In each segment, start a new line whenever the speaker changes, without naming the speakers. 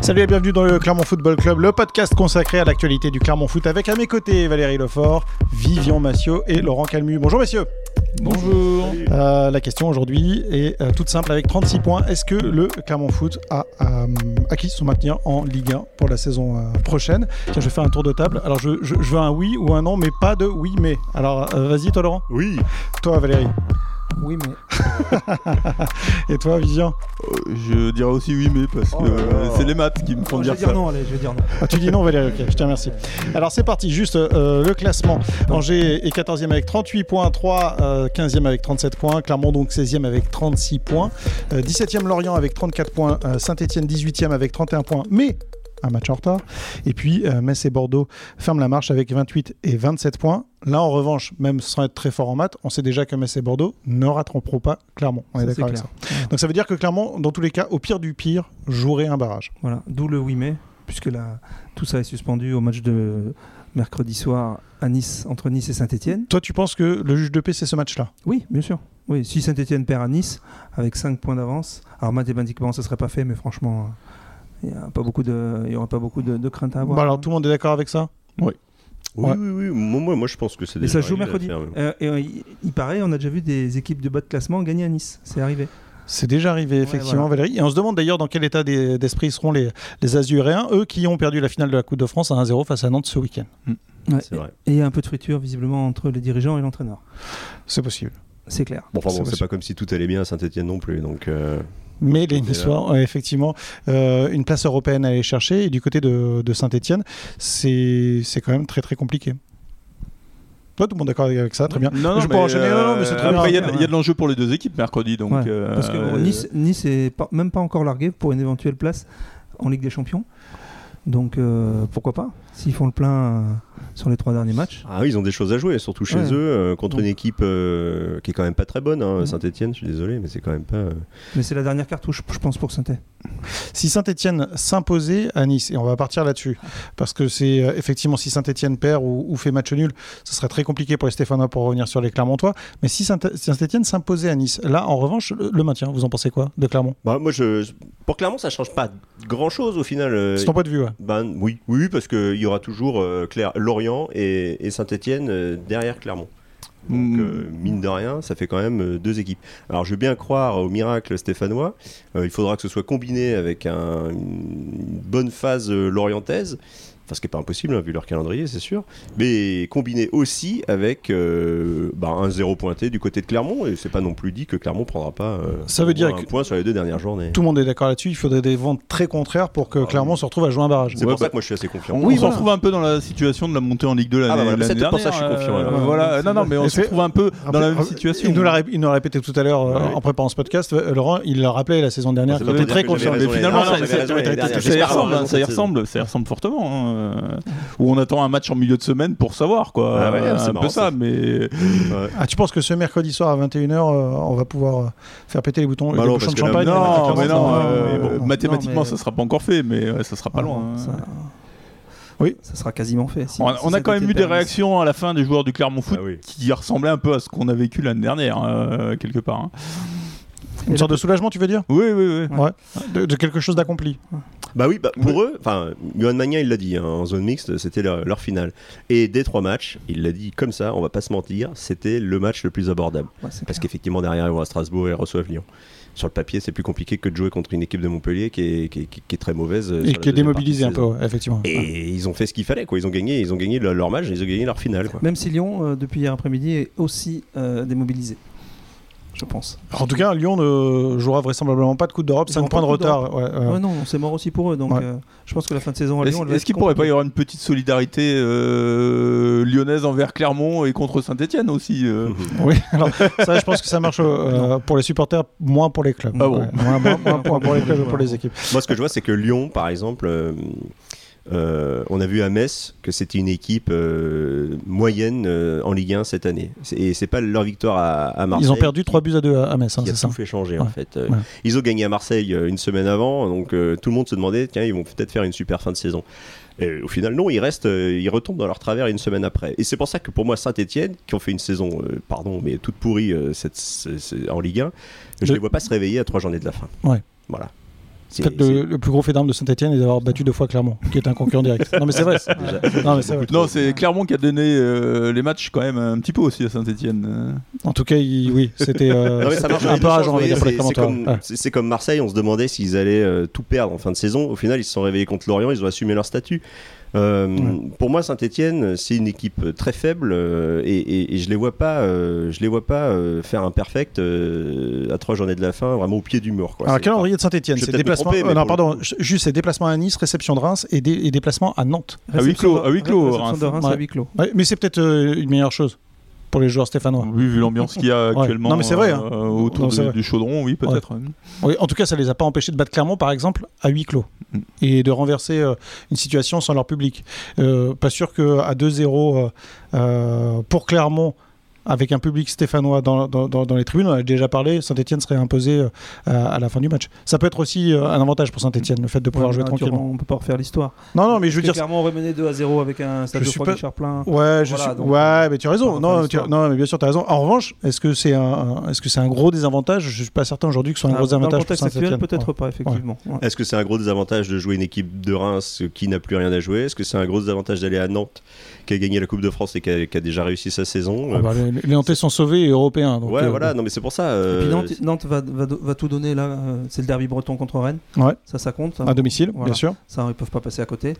Salut et bienvenue dans le Clermont Football Club, le podcast consacré à l'actualité du Clermont Foot avec à mes côtés Valérie Lefort, Vivian Massiot et Laurent Calmu. Bonjour messieurs
Bonjour.
Euh, La question aujourd'hui est euh, toute simple avec 36 points. Est-ce que le Clermont Foot a euh, acquis son maintien en Ligue 1 pour la saison euh, prochaine Tiens, je fais un tour de table. Alors je, je- je veux un oui ou un non, mais pas de oui mais. Alors euh, vas-y toi Laurent,
Oui,
toi Valérie
Oui, mais
et toi Vivian.
euh, je dirais aussi oui, mais parce que
Oh là là.
euh, c'est les maths qui me font
Oh, je
dire
vais dire
ça.
non, allez, je vais dire non.
Ah, tu dis non, Valérie, ok, je te remercie. Alors c'est parti, juste euh, le classement. Angers est 14e avec 38 points, 3 15e avec 37 points, Clermont donc 16e avec 36 points, euh, 17e Lorient avec 34 points, Saint-Etienne 18e avec 31 points, mais un match en retard. Et puis euh, Metz et Bordeaux ferment la marche avec 28 et 27 points. Là en revanche, même sans être très fort en maths, on sait déjà que Metz et Bordeaux ne rateront pas Clermont. On est
Ça, c'est
d'accord avec
clair.
ça. Donc ça veut dire que Clermont, dans tous les cas, au pire du pire, jouerait un barrage.
Voilà, d'où le 8 mai, puisque là, tout ça est suspendu au match de mercredi soir à Nice, entre Nice et Saint-Etienne.
Toi tu penses que le juge de paix c'est ce match-là
Oui, bien sûr. Oui, si Saint-Etienne perd à Nice, avec 5 points d'avance, alors mathématiquement, ça ne serait pas fait, mais franchement, euh, il n'y aura pas beaucoup de, il y aura pas beaucoup de, de crainte à avoir.
Bon, alors tout le monde est d'accord avec ça
Oui,
Ouais.
oui, oui. Moi, moi, moi, je pense que c'est
Mais
déjà.
ça se joue mercredi.
réglé, l'affaire, mais-
Euh, et euh, il, il paraît, on a déjà vu des équipes de bas de classement gagner à Nice. C'est arrivé.
C'est déjà arrivé, effectivement,
voilà.
Valérie. Et on se demande d'ailleurs dans quel état des- d'esprit seront les, les Azuréens, eux qui ont perdu la finale de la Coupe de France à 1-0 face à Nantes ce week-end.
Ouais,
C'est vrai.
Et il y a un peu de friture, visiblement, entre les dirigeants et l'entraîneur.
C'est possible.
C'est clair.
Bon, enfin
C'est
bon, c'est
possible.
pas comme si tout allait bien à Saint-Etienne non plus. Donc, euh,
Mais les
là.
Niçois ont effectivement euh, une place européenne à aller chercher. Et du côté de, Saint-Etienne, c'est c'est quand même très très compliqué. Toi, tout le monde d'accord avec ça Très bien.
Non, non,
je pourrais enchaîner. Non, non, mais c'est très
après, Il y, a
bien.
de- il y a de l'enjeu pour les deux équipes mercredi. Donc,
Ouais,
euh,
Parce que bon, Nice, Nice est pas- même pas encore largué pour une éventuelle place en Ligue des Champions. Donc euh, pourquoi pas S'ils font le plein euh, sur les trois derniers matchs.
ah oui, ils ont des choses à jouer, surtout chez
Ouais.
eux, euh, contre
Donc.
une équipe euh, qui est quand même pas très bonne. hein,
Mm.
Saint-Etienne, je suis désolé, mais c'est quand même pas. euh,
Mais c'est la dernière cartouche, je pense, pour saint
Si Saint-Etienne s'imposait à Nice, et on va partir là-dessus, parce que c'est euh, effectivement si Saint-Etienne perd ou, ou fait match nul, ce serait très compliqué pour les Stéphanois pour revenir sur les Clermontois. Mais si Saint- Saint-Etienne s'imposait à Nice, là en revanche, le, le maintien, vous en pensez quoi de Clermont
Bah, moi, je... pour Clermont, ça change pas grand-chose au final. euh,
C'est ton point de vue, ouais.
Ben, oui, oui, parce qu'il y aura toujours euh, Claire- Lorient et, Saint-Etienne derrière Clermont. Donc,
Mm.
euh, mine de rien, ça fait quand même euh, deux équipes. Alors, je veux bien croire au miracle stéphanois. Euh, il faudra que ce soit combiné avec un- une bonne phase euh, lorientaise. Enfin, ce qui n'est pas impossible, hein, vu leur calendrier, c'est sûr. Mais combiné aussi avec euh, ben, un zéro pointé du côté de Clermont. Et c'est pas non plus dit que Clermont prendra pas euh,
Ça
au
veut dire
moins un
que-
point sur les deux dernières journées.
Tout le monde est d'accord là-dessus, il faudrait des ventes très contraires pour que
Ah,
Clermont se retrouve à jouer un barrage.
C'est
Ouais,
pour
bah-
ça que moi je suis assez confiant.
on
Oui,
se
voilà.
retrouve un peu dans la situation de la montée en Ligue 2 l'année
Ah bah voilà, mais
l'année
c'est peut-être
dernière. euh,
pour ça que je suis confiant, alors.
voilà, non, non, mais on
Et
se
c'est-
retrouve un peu bah, dans la même situation. hein.
Il nous l'a ré- il nous l'a répété tout à l'heure euh,
Ouais.
en préparant ce podcast. euh, Laurent, il l'a rappelé la saison dernière.
Bah, Ça
qu'il
veut
était
pas
très
dire que j'avais
confiant.
Ah, mais
raison l'année
finalement,
Ah
ça,
dernière, j'avais
ça-
raison l'année
ça-
dernière.
ça y
J'espère
ressemble,
avoir
hein, ça y
raison cette
ressemble, ça y ressemble fortement. hein, euh, Où on attend un match en milieu de semaine pour savoir, quoi.
Ah ouais,
Euh,
c'est
un
marrant,
peu ça,
ça.
mais.
Ouais.
Ah, tu penses que ce mercredi soir à 21h, on va pouvoir euh, faire péter les boutons
Bah
les
non,
bouchons
parce
de
que là,
champagne et
euh, Non,
attaquer
mais
Clermont
non,
dans-
euh,
euh,
bon,
non.
mathématiquement,
mais- Ah,
ça sera pas encore fait, mais ouais, ça sera pas loin. hein.
Ça,
Oui.
ça sera quasiment fait. si-
On,
si
on a quand même eu des
Saint-Étienne perd Nice.
réactions à la fin des joueurs du Clermont Foot
Ah oui.
qui ressemblaient un peu à ce qu'on a vécu l'année dernière, euh, quelque part. hein.
Une sorte de soulagement, tu veux dire
Oui, oui, oui.
Ouais. De, de quelque chose d'accompli.
Bah oui, bah, pour eux, enfin, Johan Magnin, il l'a dit, hein, en zone mixte, c'était leur, leur finale. Et des trois matchs, il l'a dit comme ça, on va pas se mentir, c'était le match le plus abordable.
Ouais, c'est
Parce
clair.
qu'effectivement, derrière, ils vont à Strasbourg et ils reçoivent Lyon. Sur le papier, c'est plus compliqué que de jouer contre une équipe de Montpellier qui est, qui est- qui est- qui est très mauvaise. euh,
Et
sur la
qui est
deuxième partie de
démobilisé un peu,
saison.
ouais, effectivement. Ouais.
Et ils ont fait ce qu'il fallait, quoi. Ils ont gagné, ils ont gagné leur, leur match, ils ont gagné leur finale, quoi.
Même si Lyon, euh, depuis hier après-midi, est aussi euh, démobilisé, je pense.
Alors, En tout cas, Lyon ne jouera vraisemblablement pas de Coupe d'Europe,
Ils
5
auront
points de
pas de Coupe
retard.
Oh
ouais, euh, ouais.
Ouais, non, c'est mort aussi pour eux. Donc
Ah. Ouais.
euh, je pense que la fin de saison à Lyon,
Est-ce
elle va
est-ce
être
qu'il pourrait pas y
compliquée.
avoir une petite solidarité euh, lyonnaise envers Clermont et contre Saint-Etienne aussi euh
Mhm.
Oui, alors ça, je pense que ça marche euh, pour les supporters, moins pour les clubs.
Ah bon.
moins, moins- moins pour, pour les clubs et pour les équipes.
Moi, ce que je vois, c'est que Lyon, par exemple, euh, euh, on a vu à Metz que c'était une équipe euh, moyenne euh, en Ligue 1 cette année. C'est- Et c'est pas leur victoire à, à Marseille.
Ils ont perdu 3 buts à 2 à à Metz, hein,
qui a
c'est ça
tout fait changer en
Ouais.
fait. Euh,
Ouais.
Ils ont gagné à Marseille euh, une semaine avant, donc euh, tout le monde se demandait tiens ils vont peut-être faire une super fin de saison. Et au final non, ils restent, euh, ils retombent dans leur travers une semaine après. Et c'est pour ça que pour moi Saint-Étienne, qui ont fait une saison, euh, pardon mais toute pourrie euh, cette, ce- ce- en Ligue 1, je
Je-
les vois pas se réveiller à trois journées de la fin.
Ouais.
Voilà. C'est-
Peut-être le, le plus gros fait d'armes de Saint-Etienne est d'avoir battu deux fois Clermont, qui est un concurrent direct. Non, mais c'est vrai. c'est-
Déjà.
Non, mais c'est vrai.
Non, c'est Clermont qui a donné euh, les matchs quand même un petit peu aussi à Saint-Etienne. hein.
En tout cas, il- oui, c'était euh,
Non, mais ça
c'était
marche dans
un
les deux
parage,
sens,
on va
vous
dire, pour les
voyez, c'est- c'est
commentateurs.
comme-
Ouais.
C'est c'est comme Marseille, on se demandait s'ils allaient euh, tout perdre en fin de saison. Au final, ils se sont réveillés contre Lorient, ils ont assumé leur statut. Euh,
Ouais.
Pour moi, Saint-Etienne, c'est une équipe très faible euh, et, et- et je les vois pas, euh, je les vois pas euh, faire un perfect euh, à trois journées de la fin, vraiment au pied du mur. Quoi.
Alors,
C'est-
calendrier de Saint-Etienne,
Je
c'est
vais peut-être me
déplacement.
tromper, mais
euh, non,
pour le
pardon,
coup.
ju- juste c'est déplacement à Nice, réception de Reims et, dé- et déplacement à Nantes.
À huis clos, à huis clos,
Réception de
Reims.
Reims
Ouais.
à huis clos.
Ouais, mais c'est peut-être euh, une meilleure chose pour les joueurs stéphanois.
Oui, vu l'ambiance qu'il y a
Ouais.
actuellement
Non, mais c'est vrai, hein.
euh, autour
Non, c'est
de-
vrai.
du chaudron, oui, peut-être. hein.
Oui, en tout cas, ça les a pas empêchés de battre Clermont, par exemple, à huis clos
Mm.
et de renverser euh, une situation sans leur public. Euh, pas sûr que à 2-0 euh, euh, pour Clermont. Avec un public stéphanois dans, dans- dans- dans les tribunes, on en a déjà parlé, Saint-Etienne serait imposé euh, à, à la fin du match. Ça peut être aussi euh, un avantage pour Saint-Etienne, le fait de pouvoir
Ouais,
jouer
mais là, tu-
tranquillement.
On peut pas refaire l'histoire.
Non, non, mais je veux
Parce que
dire,
Clairement, on aurait mené 2 à 0 avec un stade
Je
de
suis
Froid
pas-
Guichard plein.
Ouais, je
Voilà,
suis-
donc,
ouais, mais tu as raison.
on va faire
Non, tu-
l'histoire.
non, mais bien sûr, tu as raison. En revanche, est-ce que c'est un, un- est-ce que c'est un gros désavantage Je suis pas certain aujourd'hui que ce soit un
Ah,
gros
dans le
avantage pour
contexte actuel,
Saint-Étienne.
peut-être pas, effectivement. Ouais.
Est-ce que c'est un gros désavantage de jouer une équipe de Reims qui n'a plus rien à jouer Est-ce que c'est un gros désavantage d'aller à Nantes qui a gagné la Coupe de France et qui a, qui a déjà réussi sa saison
Ouais. Ah bah, les, les Nantais sont sauvés et européens. donc,
Ouais,
euh,
voilà, non mais c'est pour ça.
Et puis
euh,
Nantes, Nantes va, va- va tout donner là. euh, C'est le derby breton contre Rennes.
Ouais. Ah,
Ça, ça compte. ça.
À domicile,
Voilà.
bien sûr.
Ça, ils peuvent pas passer à côté.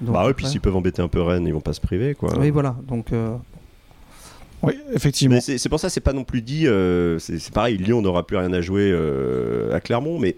Donc,
Bah ouais, puis
après-
s'ils peuvent embêter un peu Rennes, ils vont pas se priver quoi.
Oui, voilà. Donc, euh,
Oui, effectivement.
Mais c'est c'est pour ça, c'est pas non plus dit. euh, c'est c'est pareil, Lyon n'aura plus rien à jouer euh, à Clermont, mais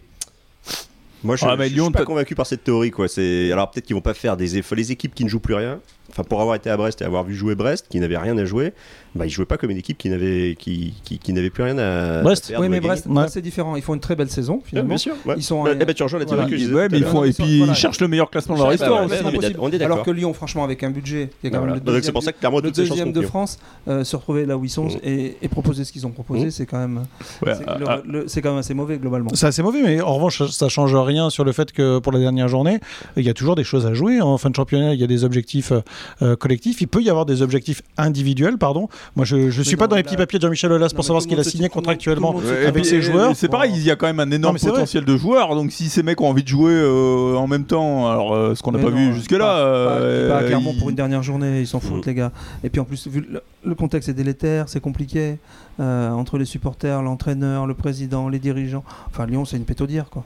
moi je,
Ah, mais
je- je
Lyon,
suis pas
t'as-
convaincu par cette théorie quoi. C'est alors peut-être qu'ils vont pas faire des efforts. Les équipes qui ne jouent plus rien. Enfin, pour avoir été à Brest et avoir vu jouer Brest, qui n'avait rien à jouer, bah ils jouaient pas comme une équipe qui n'avait qui, qui, qui n'avait plus rien à.
Brest.
à perdre
oui,
ou à
mais
gagner.
Brest,
Ouais.
Brest, c'est différent. Ils font une très belle saison
Ouais,
finalement.
bien sûr. ouais.
Ils sont.
Bah,
en-
eh ben, tu rejoins la théorie
Voilà.
que je disais
Ouais,
tout
mais
à
ils,
l'heure.
font,
non, mais
et
ils sont-
puis
voilà.
ils cherchent le meilleur classement de leur
Ouais,
histoire.
bah,
Ouais,
aussi.
c'est
non, mais
impossible.
on est d'accord. Bah
Alors que Lyon, franchement, avec un budget, il y a quand
Voilà.
même le
Donc, C'est
deuxième,
pour ça que Clermont a
le
toutes ses chances
deuxième
contre
de
Lyon.
France euh, se retrouver là où ils sont
Mmh.
et, et proposer ce qu'ils ont proposé,
Mmh. Bah,
c'est quand même,
Ouais,
c'est
ah,
le-
ah,
le- c'est quand même assez mauvais globalement.
C'est assez mauvais, mais en revanche, ça- ça change rien sur le fait que pour la dernière journée, il y a toujours des choses à jouer. hein. En fin de championnat, il y a des objectifs euh, collectifs. Il peut y avoir des objectifs individuels, pardon. Moi, je ne suis
Mais
pas
non,
dans les
là-
petits papiers de Jean-Michel Aulas
Non,
pour
mais
savoir
tout
ce
le
qu'il a
monde se
signé
tient- tout le monde-
contractuellement.
tout le monde se
Ouais,
tient
et
avec
puis,
ses
et-
joueurs.
C'est pareil, il y a quand même un
Non,
énorme
mais c'est vrai.
potentiel de joueurs. Donc si ces mecs ont envie de jouer euh, en même temps, alors euh, ce qu'on n'a
Mais
pas
non,
vu
pas-
jusque-là.
Pas,
euh,
Bah,
Mm.
pas à Clermont
ils-
pour une dernière journée, ils s'en foutent les gars. Et puis en plus, vu le, le contexte est délétère, c'est compliqué euh, entre les supporters, l'entraîneur, le président, les dirigeants. Enfin, Lyon, c'est une pétaudière quoi.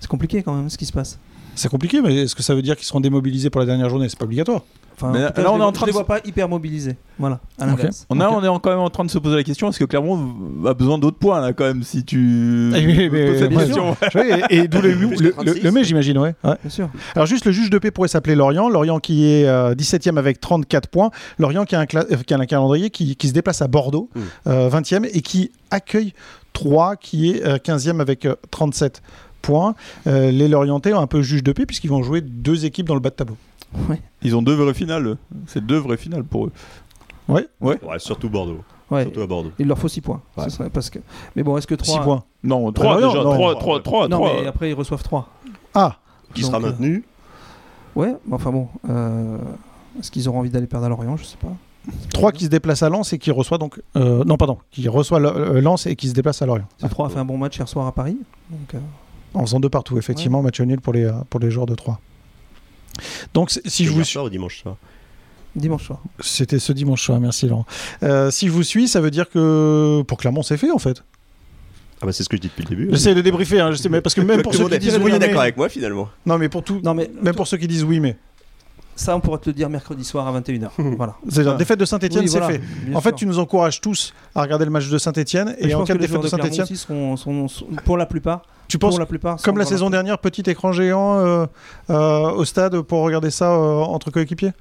C'est compliqué quand même ce qui se passe.
C'est compliqué, mais est-ce que ça veut dire qu'ils seront démobilisés pour la dernière journée C'est pas obligatoire.
Enfin,
Mais
en
là-
tout cas,
là,
je
on
les
est en
vois-
train
je les
de
vois
se-
pas hyper mobilisés. Voilà, à
Ok.
l'inverse.
On, a, on est en- quand même en train de se poser la question est-ce que Clermont a besoin d'autres points là quand même si tu
Eh oui, mais-
poses cette
bien
question
Tu vois, et et d'où le,
Plus que
le,
36.
le mai, j'imagine, ouais. Ouais.
Bien sûr.
Alors juste, le juge de paix pourrait s'appeler Lorient. Lorient qui est euh, 17e avec 34 points. Lorient qui a un, cla- euh, qui a un calendrier qui, qui se déplace à Bordeaux,
Mm.
euh, 20e, et qui accueille 3, qui est euh, 15e avec euh, 37 points. Euh, les Lorientais ont un peu juge de paix puisqu'ils vont jouer deux équipes dans le bas de tableau.
Ils ont deux vraies finales. eux. C'est deux vraies finales pour eux.
Ouais, surtout Bordeaux.
Ouais.
Surtout à Bordeaux.
Il leur faut 6 points.
Ouais.
Ce serait parce que... Mais bon, est-ce que 3
6 points.
Non, trois
Bah non,
déjà.
non.
Trois, trois, trois,
Non,
Ah, trois.
mais après ils reçoivent 3.
Ah,
Qui sera
Donc, euh,
maintenu
Ouais, mais enfin bon. euh, Est-ce qu'ils auront envie d'aller perdre à Lorient Je sais pas.
Ah,
3 qui se déplace à Lens et qui reçoit donc... euh, non, pardon, qui reçoit le- euh, Lens et qui se déplace à Lorient.
Ce 3 a fait un bon match hier soir à Paris. Donc, euh,
En faisant deux partout, effectivement, match nul pour les, euh, pour les joueurs de 3. Donc c'est- si je vous
hier
suis...
soir ou dimanche soir
dimanche soir.
C'était ce dimanche soir, merci Laurent. Euh, si je vous suis, ça veut dire que pour Clermont, c'est fait en fait.
Ah bah c'est ce que je dis depuis le début.
J'essaie de débriefer, hein, je sais, mais parce que même pour ceux qui disent oui, mais...
moi finalement.
Non, mais pour tout.
Non, mais
Même pour ceux qui disent oui, mais.
ça, on pourra te le dire mercredi soir à 21h. voilà.
C'est la défaite de Saint-Etienne,
Ah. Oui,
c'est
voilà,
fait.
bien
En fait,
sûr.
tu nous encourages tous à regarder le match de Saint-Etienne
Et
et,
je
en
pense
cas
que
de
les
défaite
joueurs
de
de Clermont
Saint-Etienne,
aussi seront, seront- sont- pour la plupart,
tu penses
pour la plupart,
comme
sont
la
dans
saison dernière, petit écran géant euh, euh, au stade pour regarder ça euh, entre coéquipiers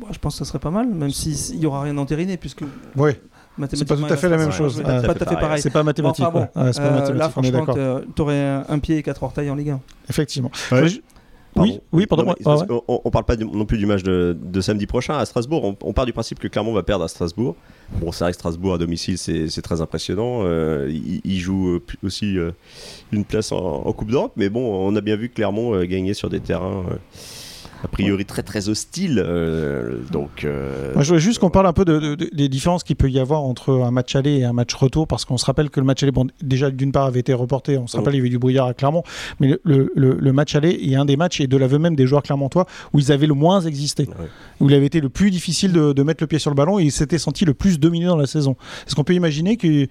Bah, je pense que ce serait pas mal, même s'il si, il y aura rien d'entériné, puisque
Oui,
mathématiquement,
tout à
il va
fait la
faire
même
ça.
chose.
C'est
Ouais.
pas, tout à fait pareil.
c'est pas
Bon,
mathématique.
enfin, bon,
ouais. Ouais, c'est pas
euh,
mathématique,
là,
on est
franchement,
d'accord.
t'aurais- t'aurais un un pied et quatre orteils en Ligue 1.
Effectivement.
Ouais.
Mais je- Oui, oui, pardon. Ah,
Non,
ouais,
mais
ouais,
parce
ouais.
qu'on- On, on parle pas du- non plus du match de, de samedi prochain à Strasbourg. On, on part du principe que Clermont va perdre à Strasbourg. Bon, ça reste Strasbourg à domicile, c'est c'est très impressionnant. Euh, il, il joue euh, p- aussi euh, une place en, en Coupe d'Europe, mais bon, on a bien vu Clermont euh, gagner sur des terrains. euh, a priori très très hostile. euh, donc, euh,
Moi, je voulais juste qu'on parle un peu de- de- de- des différences qu'il peut y avoir entre un match aller et un match retour, parce qu'on se rappelle que le match aller, bon, déjà d'une part, avait été reporté, on se rappelle, il y avait du brouillard à Clermont, mais le- le, le- le match aller est un des matchs, et de l'aveu même des joueurs clermontois, où ils avaient le moins existé,
Ouais.
où il avait été le plus difficile de, de mettre le pied sur le ballon, et ils s'étaient sentis le plus dominés dans la saison. Est-ce qu'on peut imaginer qu'ils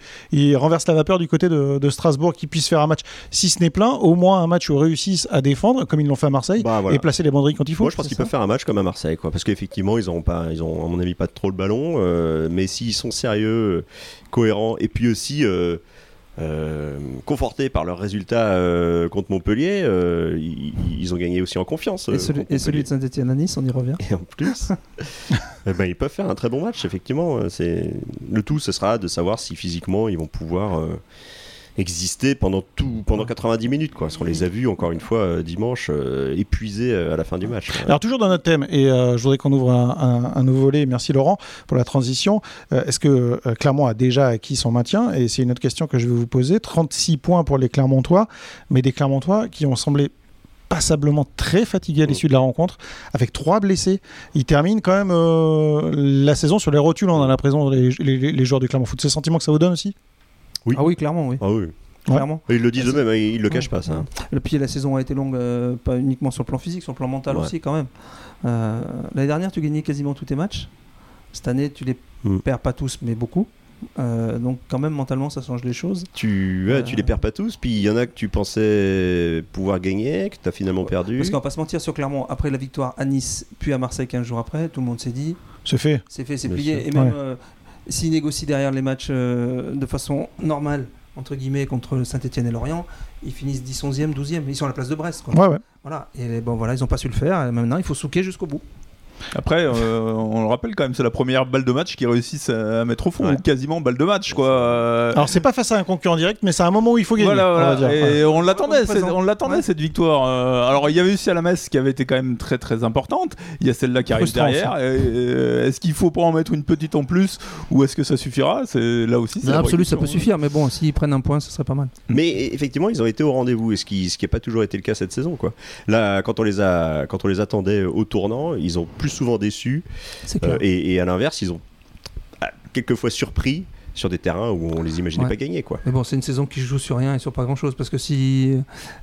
renversent la vapeur du côté de, de Strasbourg, qu'ils puissent faire un match, si ce n'est plein, au moins un match où ils réussissent à défendre, comme ils l'ont fait à Marseille,
bah, voilà.
et placer les banderilles quand il faut
Moi, je pense
c'est
qu'ils
ça
peuvent faire un match comme à Marseille, quoi. Parce qu'effectivement, ils ont pas, ils ont, à mon avis, pas trop le ballon. euh, mais s'ils sont sérieux, euh, cohérents, et puis aussi euh, euh, confortés par leurs résultats euh, contre Montpellier, euh, ils, ils ont gagné aussi en confiance. euh,
Et, celui,
contre
et celui
Montpellier.
de Saint-Etienne à Nice, on y revient.
Et en plus, eh ben, ils peuvent faire un très bon match, effectivement. Euh, C'est... Le tout, ce sera de savoir si physiquement ils vont pouvoir euh, exister pendant, tout, pendant 90 minutes. Quoi. Parce qu'on les a vus, encore une fois, euh, dimanche, euh, épuisés euh, à la fin du match.
Alors toujours dans notre thème, et euh, je voudrais qu'on ouvre un, un- un nouveau volet, merci Laurent pour la transition, Euh, est-ce que euh, Clermont a déjà acquis son maintien Et c'est une autre question que je vais vous poser, 36 points pour les Clermontois, mais des Clermontois qui ont semblé passablement très fatigués à l'issue de la rencontre, avec trois blessés. Ils terminent quand même euh, la saison sur les rotules, on a l'impression, les, les, les joueurs du Clermont Foot. C'est le sentiment que ça vous donne aussi
Oui.
Ah oui, clairement, oui.
Ah oui.
Clairement.
Et Ils le disent eux-mêmes, hein, ils le cachent pas ça.
Le pied, la saison a été longue, euh, pas uniquement sur le plan physique, sur le plan mental
Ouais.
aussi quand même. Euh, L'année dernière, tu gagnais quasiment tous tes matchs. Cette année, tu les
Mm.
perds pas tous, mais beaucoup. Euh, donc quand même, mentalement, ça change les choses.
Tu, ouais, tu les perds pas tous, puis il y en a que tu pensais pouvoir gagner, que tu as finalement perdu.
Parce qu'on va pas se mentir, sur Clermont, après la victoire à Nice, puis à Marseille 15 jours après, tout le monde s'est dit,
C'est fait.
c'est fait, c'est
Bien
plié.
sûr.
Et même
Ouais.
euh, s'ils négocient derrière les matchs euh, de façon normale, entre guillemets, contre Saint-Etienne et Lorient, ils finissent 10, 11e, 12e. Ils sont à la place de Brest. Quoi.
Ouais, ouais.
Voilà. Et bon, voilà, ils n'ont pas su le faire. Et maintenant, il faut souquer jusqu'au bout.
Après, euh, on le rappelle quand même, c'est la première balle de match qu'ils réussissent à à mettre au fond,
Ouais.
ou quasiment balle de match, quoi. Euh,
Alors c'est pas face à un concurrent direct, mais c'est un moment où il faut gagner.
Voilà,
Ah, on va
voilà.
dire. Ouais.
Et on l'attendait,
On
c'est-
présente.
on l'attendait
Ouais.
cette victoire. Euh, alors il y avait aussi à la messe qui avait été quand même très très importante. Il y a celle-là qui arrive
Frustrant,
derrière. Et, euh, est-ce qu'il faut pas en mettre une petite en plus ou est-ce que ça suffira C'est là aussi. c'est la vraie
Absolument,
hein.
ça peut
question.
suffire. Mais bon, s'ils prennent un point, ce serait pas mal.
Mais effectivement, ils ont été au rendez-vous, et ce qui n'a pas toujours été le cas cette saison. Quoi. Là, quand on, les a, quand on les attendait au tournant, ils ont plus souvent déçu,
C'est clair.
euh, et, et à l'inverse, ils ont ah, quelquefois surpris sur des terrains où on les imaginait
Ouais.
pas gagner. Quoi.
Mais bon, c'est une saison qui joue sur rien et sur pas grand-chose. Parce que si,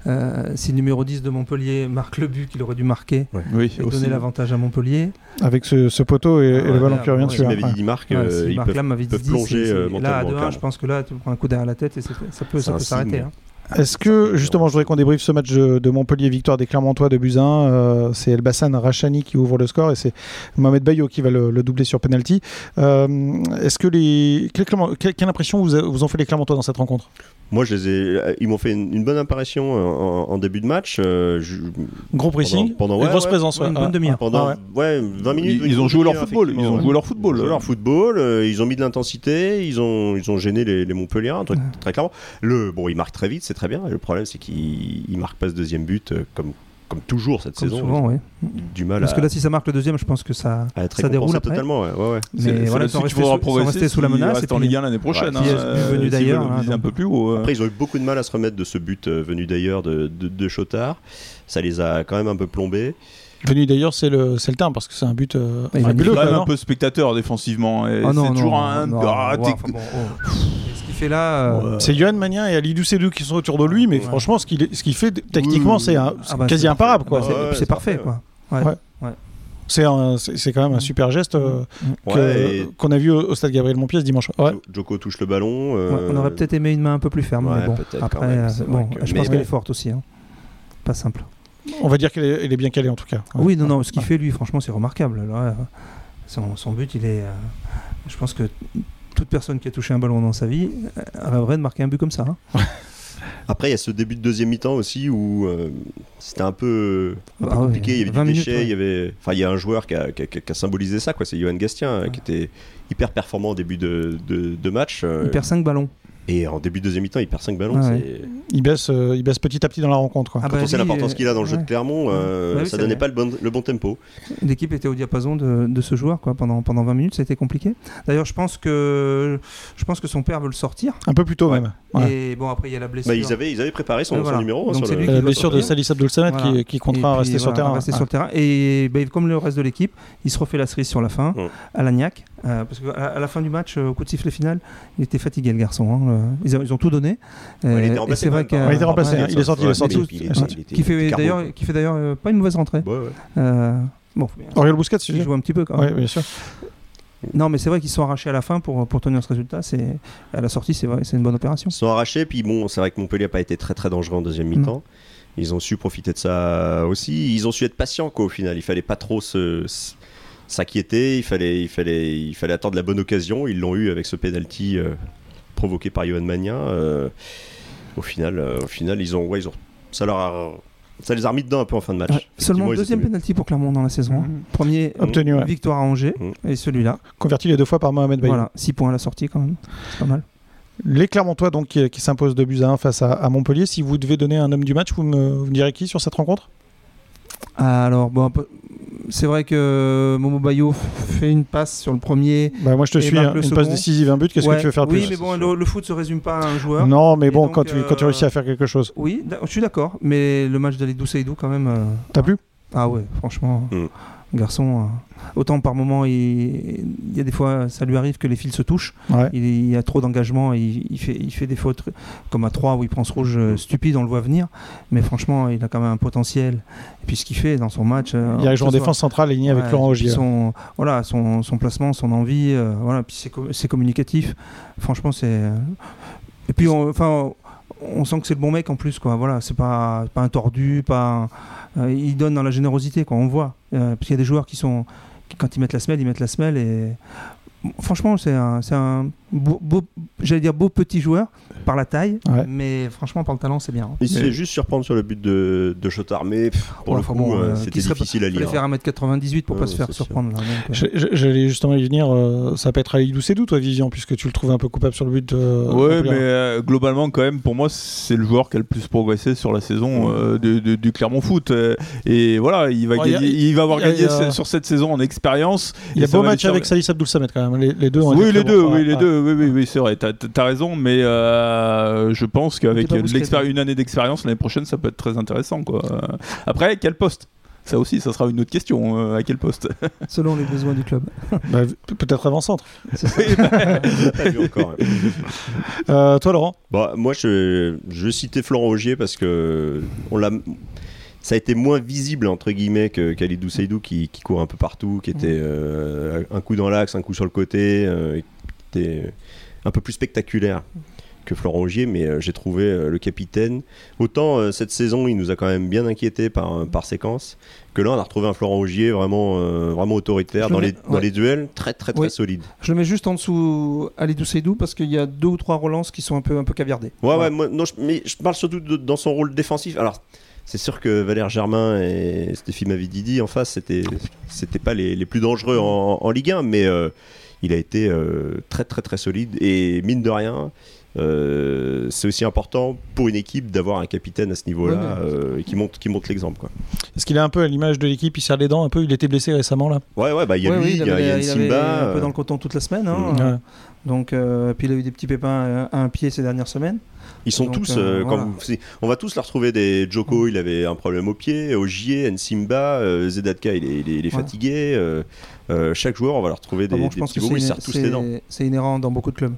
euh, si le numéro 10 de Montpellier marque le but qu'il aurait dû marquer
Oui,
et
aussi.
donner l'avantage à Montpellier,
Avec ce, ce poteau et, et le
Ouais,
ballon
là,
qui revient
ouais,
dessus.
S'ils
hein.
m'avaient dit, ils marquent,
ouais,
euh,
si
ils
Marc
peuvent-
Lam m'avait dit
peuvent
10,
plonger,
c'est-
euh,
c'est- Là, à
mentalement,
2-1, je
clairement.
pense que là, tu prends un coup derrière la tête et c'est- ça peut,
C'est
ça
un
peut s'arrêter.
signe.
hein.
Est-ce que, justement, je voudrais qu'on débriefe ce match de, de Montpellier, victoire des Clermontois de Buzyn. Euh, c'est Elbassan Rachani qui ouvre le score et c'est Mohamed Bayo qui va le, le doubler sur penalty. Euh, Est-ce que les. Quelle, Clermont- quelle- quelle impression vous, a- vous ont fait les Clermontois dans cette rencontre
Moi, je les ai, euh, ils m'ont fait une, une bonne apparition en, en- en début de match. euh, je-
Gros pressing,
Pendant- pendant-
et
ouais,
grosse
ouais.
présence.
Ouais, une bonne demi-heure.
pendant
Ah
ouais, 20 minutes.
Ils,
une
ils ont joué leur
demi-heure,
football. Ils
effectivement,
ont
ouais.
joué leur football.
Ils ont joué leur football, euh, ils ont mis de l'intensité, ils ont, ils ont gêné les, les Montpellier, très, très clairement. Le, bon, ils marquent très vite, c'est très bien. et Le problème, c'est qu'ils ils marquent pas ce deuxième but, euh, comme, comme toujours cette
Comme
saison.
souvent, oui.
Ils ont Du mal
Parce
à,
que là, si ça marque le deuxième, je pense que ça,
à être
ça déroule
récompensé
après.
totalement. ouais, ouais, ouais.
C'est-
Mais
c'est
voilà, ils
là-dessus
sont
qu'il faudra
restés, sous- ils sont
progresser
restés sous la
s'ils
menace.
restent
Et
en
puis-
Ligue 1 l'année prochaine.
s'ils
hein,
sont
euh,
venus
s'ils
d'ailleurs, hein.
veulent
là,
viser un peu plus haut. euh.
Après, ils ont eu beaucoup de mal à se remettre de ce but euh, venu d'ailleurs de, de, de Chotard. Ça les a quand même un peu plombés.
Venu d'ailleurs, c'est le, c'est le terme parce que c'est un but euh,
Il est
Il est
fabuleux.
quand
quoi,
même
non
un peu spectateur défensivement. et
Ah non,
c'est
non,
toujours
non,
un.
non,
Ah,
ouais,
t'es-
enfin bon, oh. Et Ce qu'il fait là, euh,
hein. C'est Yohan Mania et Ali Doucedou qui sont autour de lui, mais
Ouais.
franchement, ce qu'il est- ce qu'il fait techniquement,
oui,
c'est un-
ah
c'est
bah,
quasi
c'est
imparable.
bah,
quoi.
c'est
Ah Ouais, ouais,
c'est
c'est
parfait,
parfait,
quoi.
C'est un- c'est c'est quand même un super geste euh, que-
Ouais, et
qu'on a vu au, au stade Gabriel Montpied ce dimanche. Ouais.
Jo- Joko touche le ballon. euh,
Ouais, on aurait peut-être aimé une main un peu plus ferme,
ouais,
mais bon,
peut-être
après,
quand même,
euh,
c'est
bon,
vrai que-
je
mais-
pense qu'elle est forte aussi. hein. Pas simple.
On va dire qu'elle est, elle est bien calée en tout cas. Ouais.
Oui, non, non, ce qu'il
Ouais.
fait, lui, franchement, c'est remarquable. Là, euh, son, son but, il est. euh, je pense que toute personne qui a touché un ballon dans sa vie euh, rêverait de marquer un but comme ça. hein.
Après, il y a ce début de deuxième mi-temps aussi où euh, c'était un peu, un peu
Ah ouais,
compliqué. Il y
20
avait du
minutes,
déchet.
ouais.
Il y avait, enfin, il y a un joueur qui a, qui a- qui a- qui a symbolisé ça. Quoi, c'est Johan Gastien euh, qui était hyper performant au début de, de- de match. euh,
Il perd 5 ballons.
Et en début de deuxième mi-temps, il perd 5 ballons.
Ah
c'est-
ouais.
Il baisse, euh, il baisse petit à petit dans la rencontre. quoi.
Ah
Quand
bah,
on sait
lui,
l'importance
euh,
qu'il a dans le jeu
ouais.
de Clermont, euh,
Bah oui,
ça
c'est
donnait
vrai.
pas le bon, le bon tempo. Bah,
L'équipe était au diapason de, de ce joueur quoi. Pendant, pendant 20 minutes, ça a été compliqué. D'ailleurs, je pense que je pense que son père veut le sortir.
Un peu plus tôt même. Ouais.
Et bon, après il y a la blessure.
Bah, ils, avaient, ils avaient préparé son,
Ouais,
son
voilà.
numéro. hein,
Donc
sur
c'est
le-
lui
Et
qui
la
doit
blessure de
sortir.
Salih Abdul Samet
Voilà.
qui, qui est contraint
Et
à
puis,
rester sur
voilà,
terrain. Ah.
à rester
Ouais.
sur le terrain. Et bah, comme le reste de l'équipe, il se refait la cerise sur la fin
Mm.
à Lagnac. euh, parce qu'à à la fin du match, euh, au coup de sifflet final, il était fatigué le garçon. hein, le- ils, ont- ils ont tout donné.
il était
Euh,
remplacé
et c'est vrai que-
quand même par-
Ouais, il était remplacé, hein, il est sorti, il est
Ouais,
sorti.
mais il était- il était-
Qui
il
fait
était
d'ailleurs,
carbo.
qui fait d'ailleurs euh, pas une mauvaise rentrée.
Bah, Ouais, ouais.
Euh, bon, faut bien-
Auriel Bousquet, tu
il
dis
joue euh, un petit peu quand même.
Oui, bien sûr.
Non, mais c'est vrai qu'ils sont arrachés à la fin pour, pour tenir ce résultat. C'est à la sortie, c'est vrai, c'est une bonne opération.
Ils se sont arrachés, puis bon, c'est vrai que Montpellier n'a pas été très très dangereux en deuxième mi-temps. Ils ont su profiter de ça aussi. Ils ont su être patients quoi, au final. Il fallait pas trop se s- s'inquiéter. Il fallait, il fallait, il fallait attendre la bonne occasion. Ils l'ont eu avec ce penalty euh, provoqué par Johan Magnin. Euh, au final, euh, au final, ils ont, ouais, ils ont, ça leur a- ça les a remis dedans un peu en fin de match.
Ouais. Euh, Seulement
Effectivement, ils
deuxième
étaient Mmh. mieux.
penalty pour Clermont dans la saison. hein. Premier
Obtenu, ouais. Bah,
victoire à Angers
Mm.
et celui-là.
Converti les deux fois par Mohamed Bayrou.
Voilà, 6 points à la sortie quand même. C'est pas mal.
Les Clermontois donc qui, qui s'imposent de buts à 1 face à, à Montpellier. Si vous devez donner un homme du match, vous me, vous me direz qui sur cette rencontre
Alors, bon, un peu- c'est vrai que euh, Momo Bayo fait une passe sur le premier.
bah, Moi je te
Et
suis,
marque
hein,
Eh ben, le
une passe
second.
décisive, un but, qu'est-ce
Ouais.
que tu veux faire de
Oui,
plus
mais bon, le, le foot se résume pas à un joueur.
Non, mais
Et
bon,
donc,
quand, tu, quand tu
euh,
réussis à faire quelque chose,
Oui, d- je suis d'accord, mais le match d'Alidou Seydou quand même. euh,
t'as plu
Ah ouais, franchement,
Mm.
garçon, euh, autant par moment, il, il y a des fois, ça lui arrive que les fils se touchent.
Ouais.
Il, il a trop d'engagement, il, il fait, il fait des fautes comme à 3 où il prend ce rouge euh, stupide, on le voit venir. Mais franchement, il a quand même un potentiel. Et puis ce qu'il fait dans son match. euh,
Il y a un
que ce
joueur en
soit-
défense centrale aligné avec
Ouais,
Laurent
puis
Ogier.
Son, voilà, son, son placement, son envie, euh, voilà, puis c'est co- c'est communicatif. Franchement, c'est. euh, Et puis, on- enfin. On sent que c'est le bon mec en plus, quoi. Voilà, c'est pas, pas un tordu, pas. un- euh, il donne dans la générosité, quoi. On voit, Euh, parce qu'il y a des joueurs qui sont, qui, quand ils mettent la semelle, ils mettent la semelle et franchement, c'est un, c'est un beau, beau- j'allais dire beau petit joueur par la taille,
Ouais.
mais franchement par le talent, c'est bien. hein.
Il se fait juste surprendre sur le but de, de Chotard, mais pff, pour
Ouais,
le
enfin
coup,
bon,
euh,
euh, qui
c'était
serait pas-
difficile à
Il fallait
lire.
faire 1m98 pour
Ouais,
pas se
ouais,
faire
c'est sûr.
surprendre. là, donc, euh.
Je- je- J'allais justement y venir, euh, ça peut être Ali Doucedou, toi Vivian, puisque tu le trouves un peu coupable sur le but. euh,
Ouais, mais
populaire.
euh, globalement, quand même, pour moi, c'est le joueur qui a le plus progressé sur la saison euh, de- de- du Clermont Foot. Euh, Et voilà, il va,
Ouais,
gagner-
il y
il va avoir
il y a-
gagné
il y a-
ce- sur cette saison en expérience.
Il y a
Et ça
beau
va lui
match
servir-
avec Salis Abdul Samet quand même, les, les deux ont été
Oui,
très
les
bons. Ah,
deux, hein,
Ouais,
oui, les
ouais.
deux, oui, oui, oui, c'est vrai, t'as t'as raison, mais euh, je pense qu'avec
T'es pas
de
bousquet,
l'expéri-
toi.
une année d'expérience, l'année prochaine, ça peut être très intéressant. Quoi. Euh, Après, quel poste Ça aussi, ça sera une autre question. euh, à quel poste
Selon les besoins du club.
Bah, p- Peut-être avant-centre.
Pas vu encore, hein.
Euh, toi Laurent
Bah, moi, je, je citais Florent Augier parce que on l'a, ça a été moins visible, entre guillemets, que Khalidou Seydou qui, qui court un peu partout, qui était euh, un coup dans l'axe, un coup sur le côté, euh, et qui était un peu plus spectaculaire que Florent Augier, mais euh, j'ai trouvé euh, le capitaine. Autant euh, cette saison, il nous a quand même bien inquiété par, euh, par séquence, que là, on a retrouvé un Florent Augier vraiment, euh, vraiment autoritaire
Je
dans,
le
les,
mets-
dans
ouais.
les duels, très très très
Oui.
solide.
Je le mets juste en dessous Alidou Seydou parce qu'il y a deux ou trois relances qui sont un peu, un peu caviardées.
Ouais, ouais,
Voilà.
moi, non, je, mais je parle surtout de- dans son rôle défensif. Alors, c'est sûr que Valère Germain et Stéphie Mavididi en face, c'était, c'était pas les, les plus dangereux en, en Ligue 1, mais euh, il a été euh, très, très, très solide. Et mine de rien, euh, c'est aussi important pour une équipe d'avoir un capitaine à ce niveau-là
Ouais,
euh, et qui monte, qui monte l'exemple. Quoi.
Est-ce qu'il est un peu à l'image de l'équipe Il serre les dents un peu, il était blessé récemment là.
Ouais, ouais, bah, il y a
Ouais,
lui,
oui,
il y a,
avait-
il y a
il avait
Simba. euh. Mmh.
un peu dans le coton toute la semaine. hein.
Ouais.
Donc, euh, puis il a eu des petits pépins euh, à un pied ces dernières semaines.
Ils sont
Donc,
tous.
euh,
euh, quand
voilà. Mm.
vous- si- on va tous la retrouver des Joko, il avait un problème au pied, Ogier, Nsimba, euh, Zedatka, il est, il est- il est
Voilà.
fatigué. euh, euh, chaque joueur, on va leur retrouver des,
Ah bon, je
des
pense
petits
que
bobos,
c'est
ils
iné-
serrent tous les dents.
c'est- c'est inhérent dans beaucoup de clubs.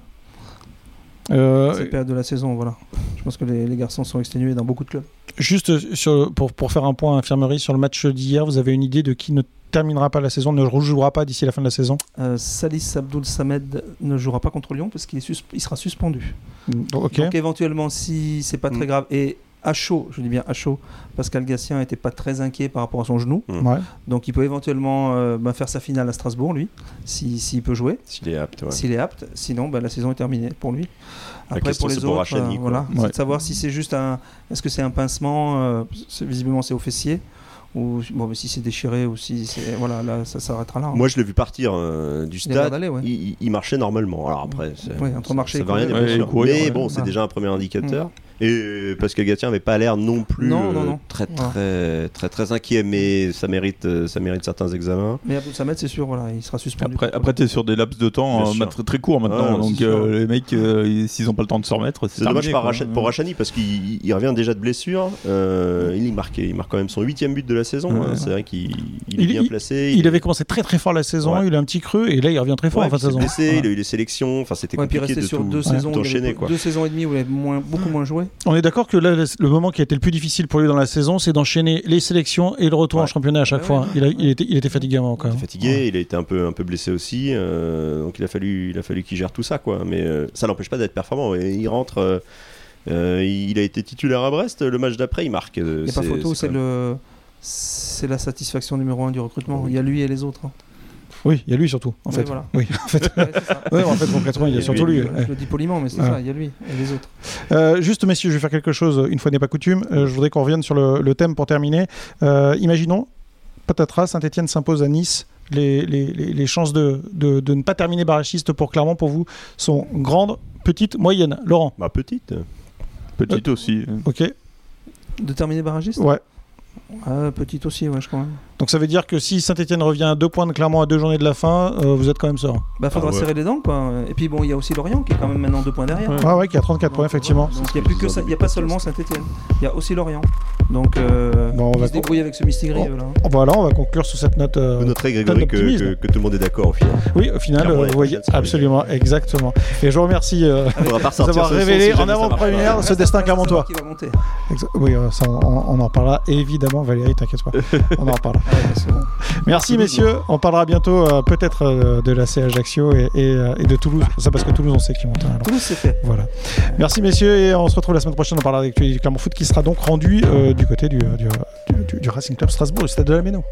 Euh,
Cette période de la saison, voilà. Je pense que les, les garçons sont exténués dans beaucoup de clubs.
Juste euh, sur- pour, pour faire un point à infirmerie sur le match d'hier, vous avez une idée de qui ne terminera pas la saison, ne rejouera pas d'ici la fin de la saison
Euh, Salis Abdoul Samed ne jouera pas contre Lyon parce qu'il est sus- il sera suspendu.
Mm,
Donc, Ok.
Donc éventuellement, si c'est pas très grave, et à chaud, je dis bien à chaud, Pascal Gassien n'était pas très inquiet par rapport à son genou.
Ouais.
Donc il peut éventuellement euh, bah, faire sa finale à Strasbourg, lui, si- s'il peut jouer,
S'il est apte, ouais.
s'il est apte. Sinon, bah, la saison est terminée pour lui.
La
Après,
question,
pour les
c'est
autres,
pour Rachani,
euh,
quoi.
voilà,
Ouais.
c'est de savoir si c'est juste un. Est-ce que c'est un pincement euh, c'est- Visiblement, c'est au fessier. Ou bon, mais si c'est déchiré ou si c'est- voilà, là, ça s'arrêtera là. hein.
Moi, je l'ai vu partir euh, du
il a l'air
stade.
d'aller, ouais.
Il, il- il marchait normalement. Alors après, c'est-
Ouais, entre marcher
ça
et
veut rien dire,
courir.
bien
Ouais,
sûr.
et courir,
Mais
ouais.
bon, c'est
Ah.
déjà un premier indicateur. Et Pascal Gatien n'avait pas l'air non plus
Non, non,
euh,
non.
très
Ouais.
très très très inquiet, mais ça mérite euh, ça mérite certains examens.
Mais à bout de sa mètre, c'est sûr, voilà, il sera suspendu.
Après, après t'es sur des laps de temps
Bien
euh,
sûr.
très, très courts maintenant,
Ouais,
donc
c'est
euh, les mecs, euh, ils- s'ils ont pas le temps de se remettre, c'est
C'est dommage
terminé,
par
quoi.
Racha-
Mmh.
pour Rachani parce qu'il il- il revient déjà de blessure. Euh, il, y marque, il marque quand même son huitième but de la saison.
Ouais.
hein. C'est vrai qu'il il est
Il-
bien
il-
placé.
Il avait commencé très très fort la saison,
Ouais.
il a un petit creux et là il revient très fort
Ouais,
en fin de
puis il s'est
saison.
blessé,
Voilà.
il a eu les sélections. Enfin, c'était
Ouais, puis
compliqué
rester
de
sur
tout,
deux
tout
saisons, il avait
enchaîner,
be-
quoi.
deux saisons et demie où il avait moins, beaucoup moins joué.
On est d'accord que là, le- le moment qui a été le plus difficile pour lui dans la saison, c'est d'enchaîner les sélections et le retour en
Ouais.
championnat à chaque
Ouais,
fois.
ouais.
Il, a- il était, il était fatigué avant quand
Il
même.
hein.
était fatigué, il a été un peu un peu blessé aussi, euh, donc il a fallu il a fallu qu'il gère tout ça quoi. Mais euh, ça l'empêche pas d'être performant. Et il rentre, euh, euh, il a été titulaire à Brest. Le match d'après, il marque. euh,
Il n'y a pas photo, c'est
quand même-
le. C'est la satisfaction numéro un du recrutement. Il y a lui et les autres. hein.
Oui, il y a lui surtout, en
Oui,
fait.
voilà.
Oui, en fait.
Ouais, c'est ça.
Ouais, en fait, concrètement, il y a
Et
surtout
lui,
lui.
Je
ouais.
le dis poliment, mais c'est
Ouais.
ça, il y a lui et les autres.
Euh, juste, messieurs, je vais faire quelque chose, une fois n'est pas coutume. Euh, je voudrais qu'on revienne sur le, le thème pour terminer. Euh, imaginons, patatras, Saint-Etienne s'impose à Nice. Les, les- les- les chances de, de- de ne pas terminer barragiste pour Clermont, pour vous, sont grandes, petites, moyennes. Laurent,
Bah petite.
Euh,
Petite aussi.
ok
De terminer barragiste
Ouais.
Ah, Petit aussi, ouais, je crois. hein.
Donc ça veut dire que si Saint-Etienne revient à deux points de Clermont à deux journées de la fin, euh, vous êtes quand même serein.
Bah, faudra
Ah ouais.
serrer les dents, quoi. Et puis bon, il y a aussi Lorient qui est quand même maintenant deux points derrière.
Ouais.
Ah ouais, qui a 34 points, effectivement.
Donc il n'y a plus que ça, il y a pas seulement Saint-Étienne, il y a aussi Lorient. Donc euh,
Bon, on
on
va-
va se débrouiller avec ce Mistigri.
Oh. Voilà, on va conclure sous cette note. euh,
Vous noterez Grégory que,
d'optimisme.
que- que tout le monde est d'accord au final.
Oui, au final,
Clairement,
euh,
ouais,
vous voyez,
c'est ça.
absolument, exactement. Et je vous remercie euh,
Faudra pas ressortir
d'avoir
ce son si
révélé
jamais
en
ça marche pas.
avant-première ce destin clermontois.
Qui va monter.
Exa- Oui, euh, ça, on, on en parlera évidemment, Valérie, t'inquiète pas, on en parlera.
Ah ouais, c'est bon.
Merci messieurs, on parlera bientôt euh, peut-être euh, de la CA Ajaccio et, et, euh, et de Toulouse, ça parce que Toulouse on sait qui monte. hein, alors.
Toulouse c'est fait.
Voilà. Merci messieurs et on se retrouve la semaine prochaine. On parlera d'actualité du Clermont Foot qui sera donc rendu euh, du côté du, du- du- du Racing Club Strasbourg, au stade de la Méno.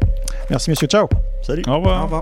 Merci messieurs, ciao.
Salut.
Au revoir.
Au revoir.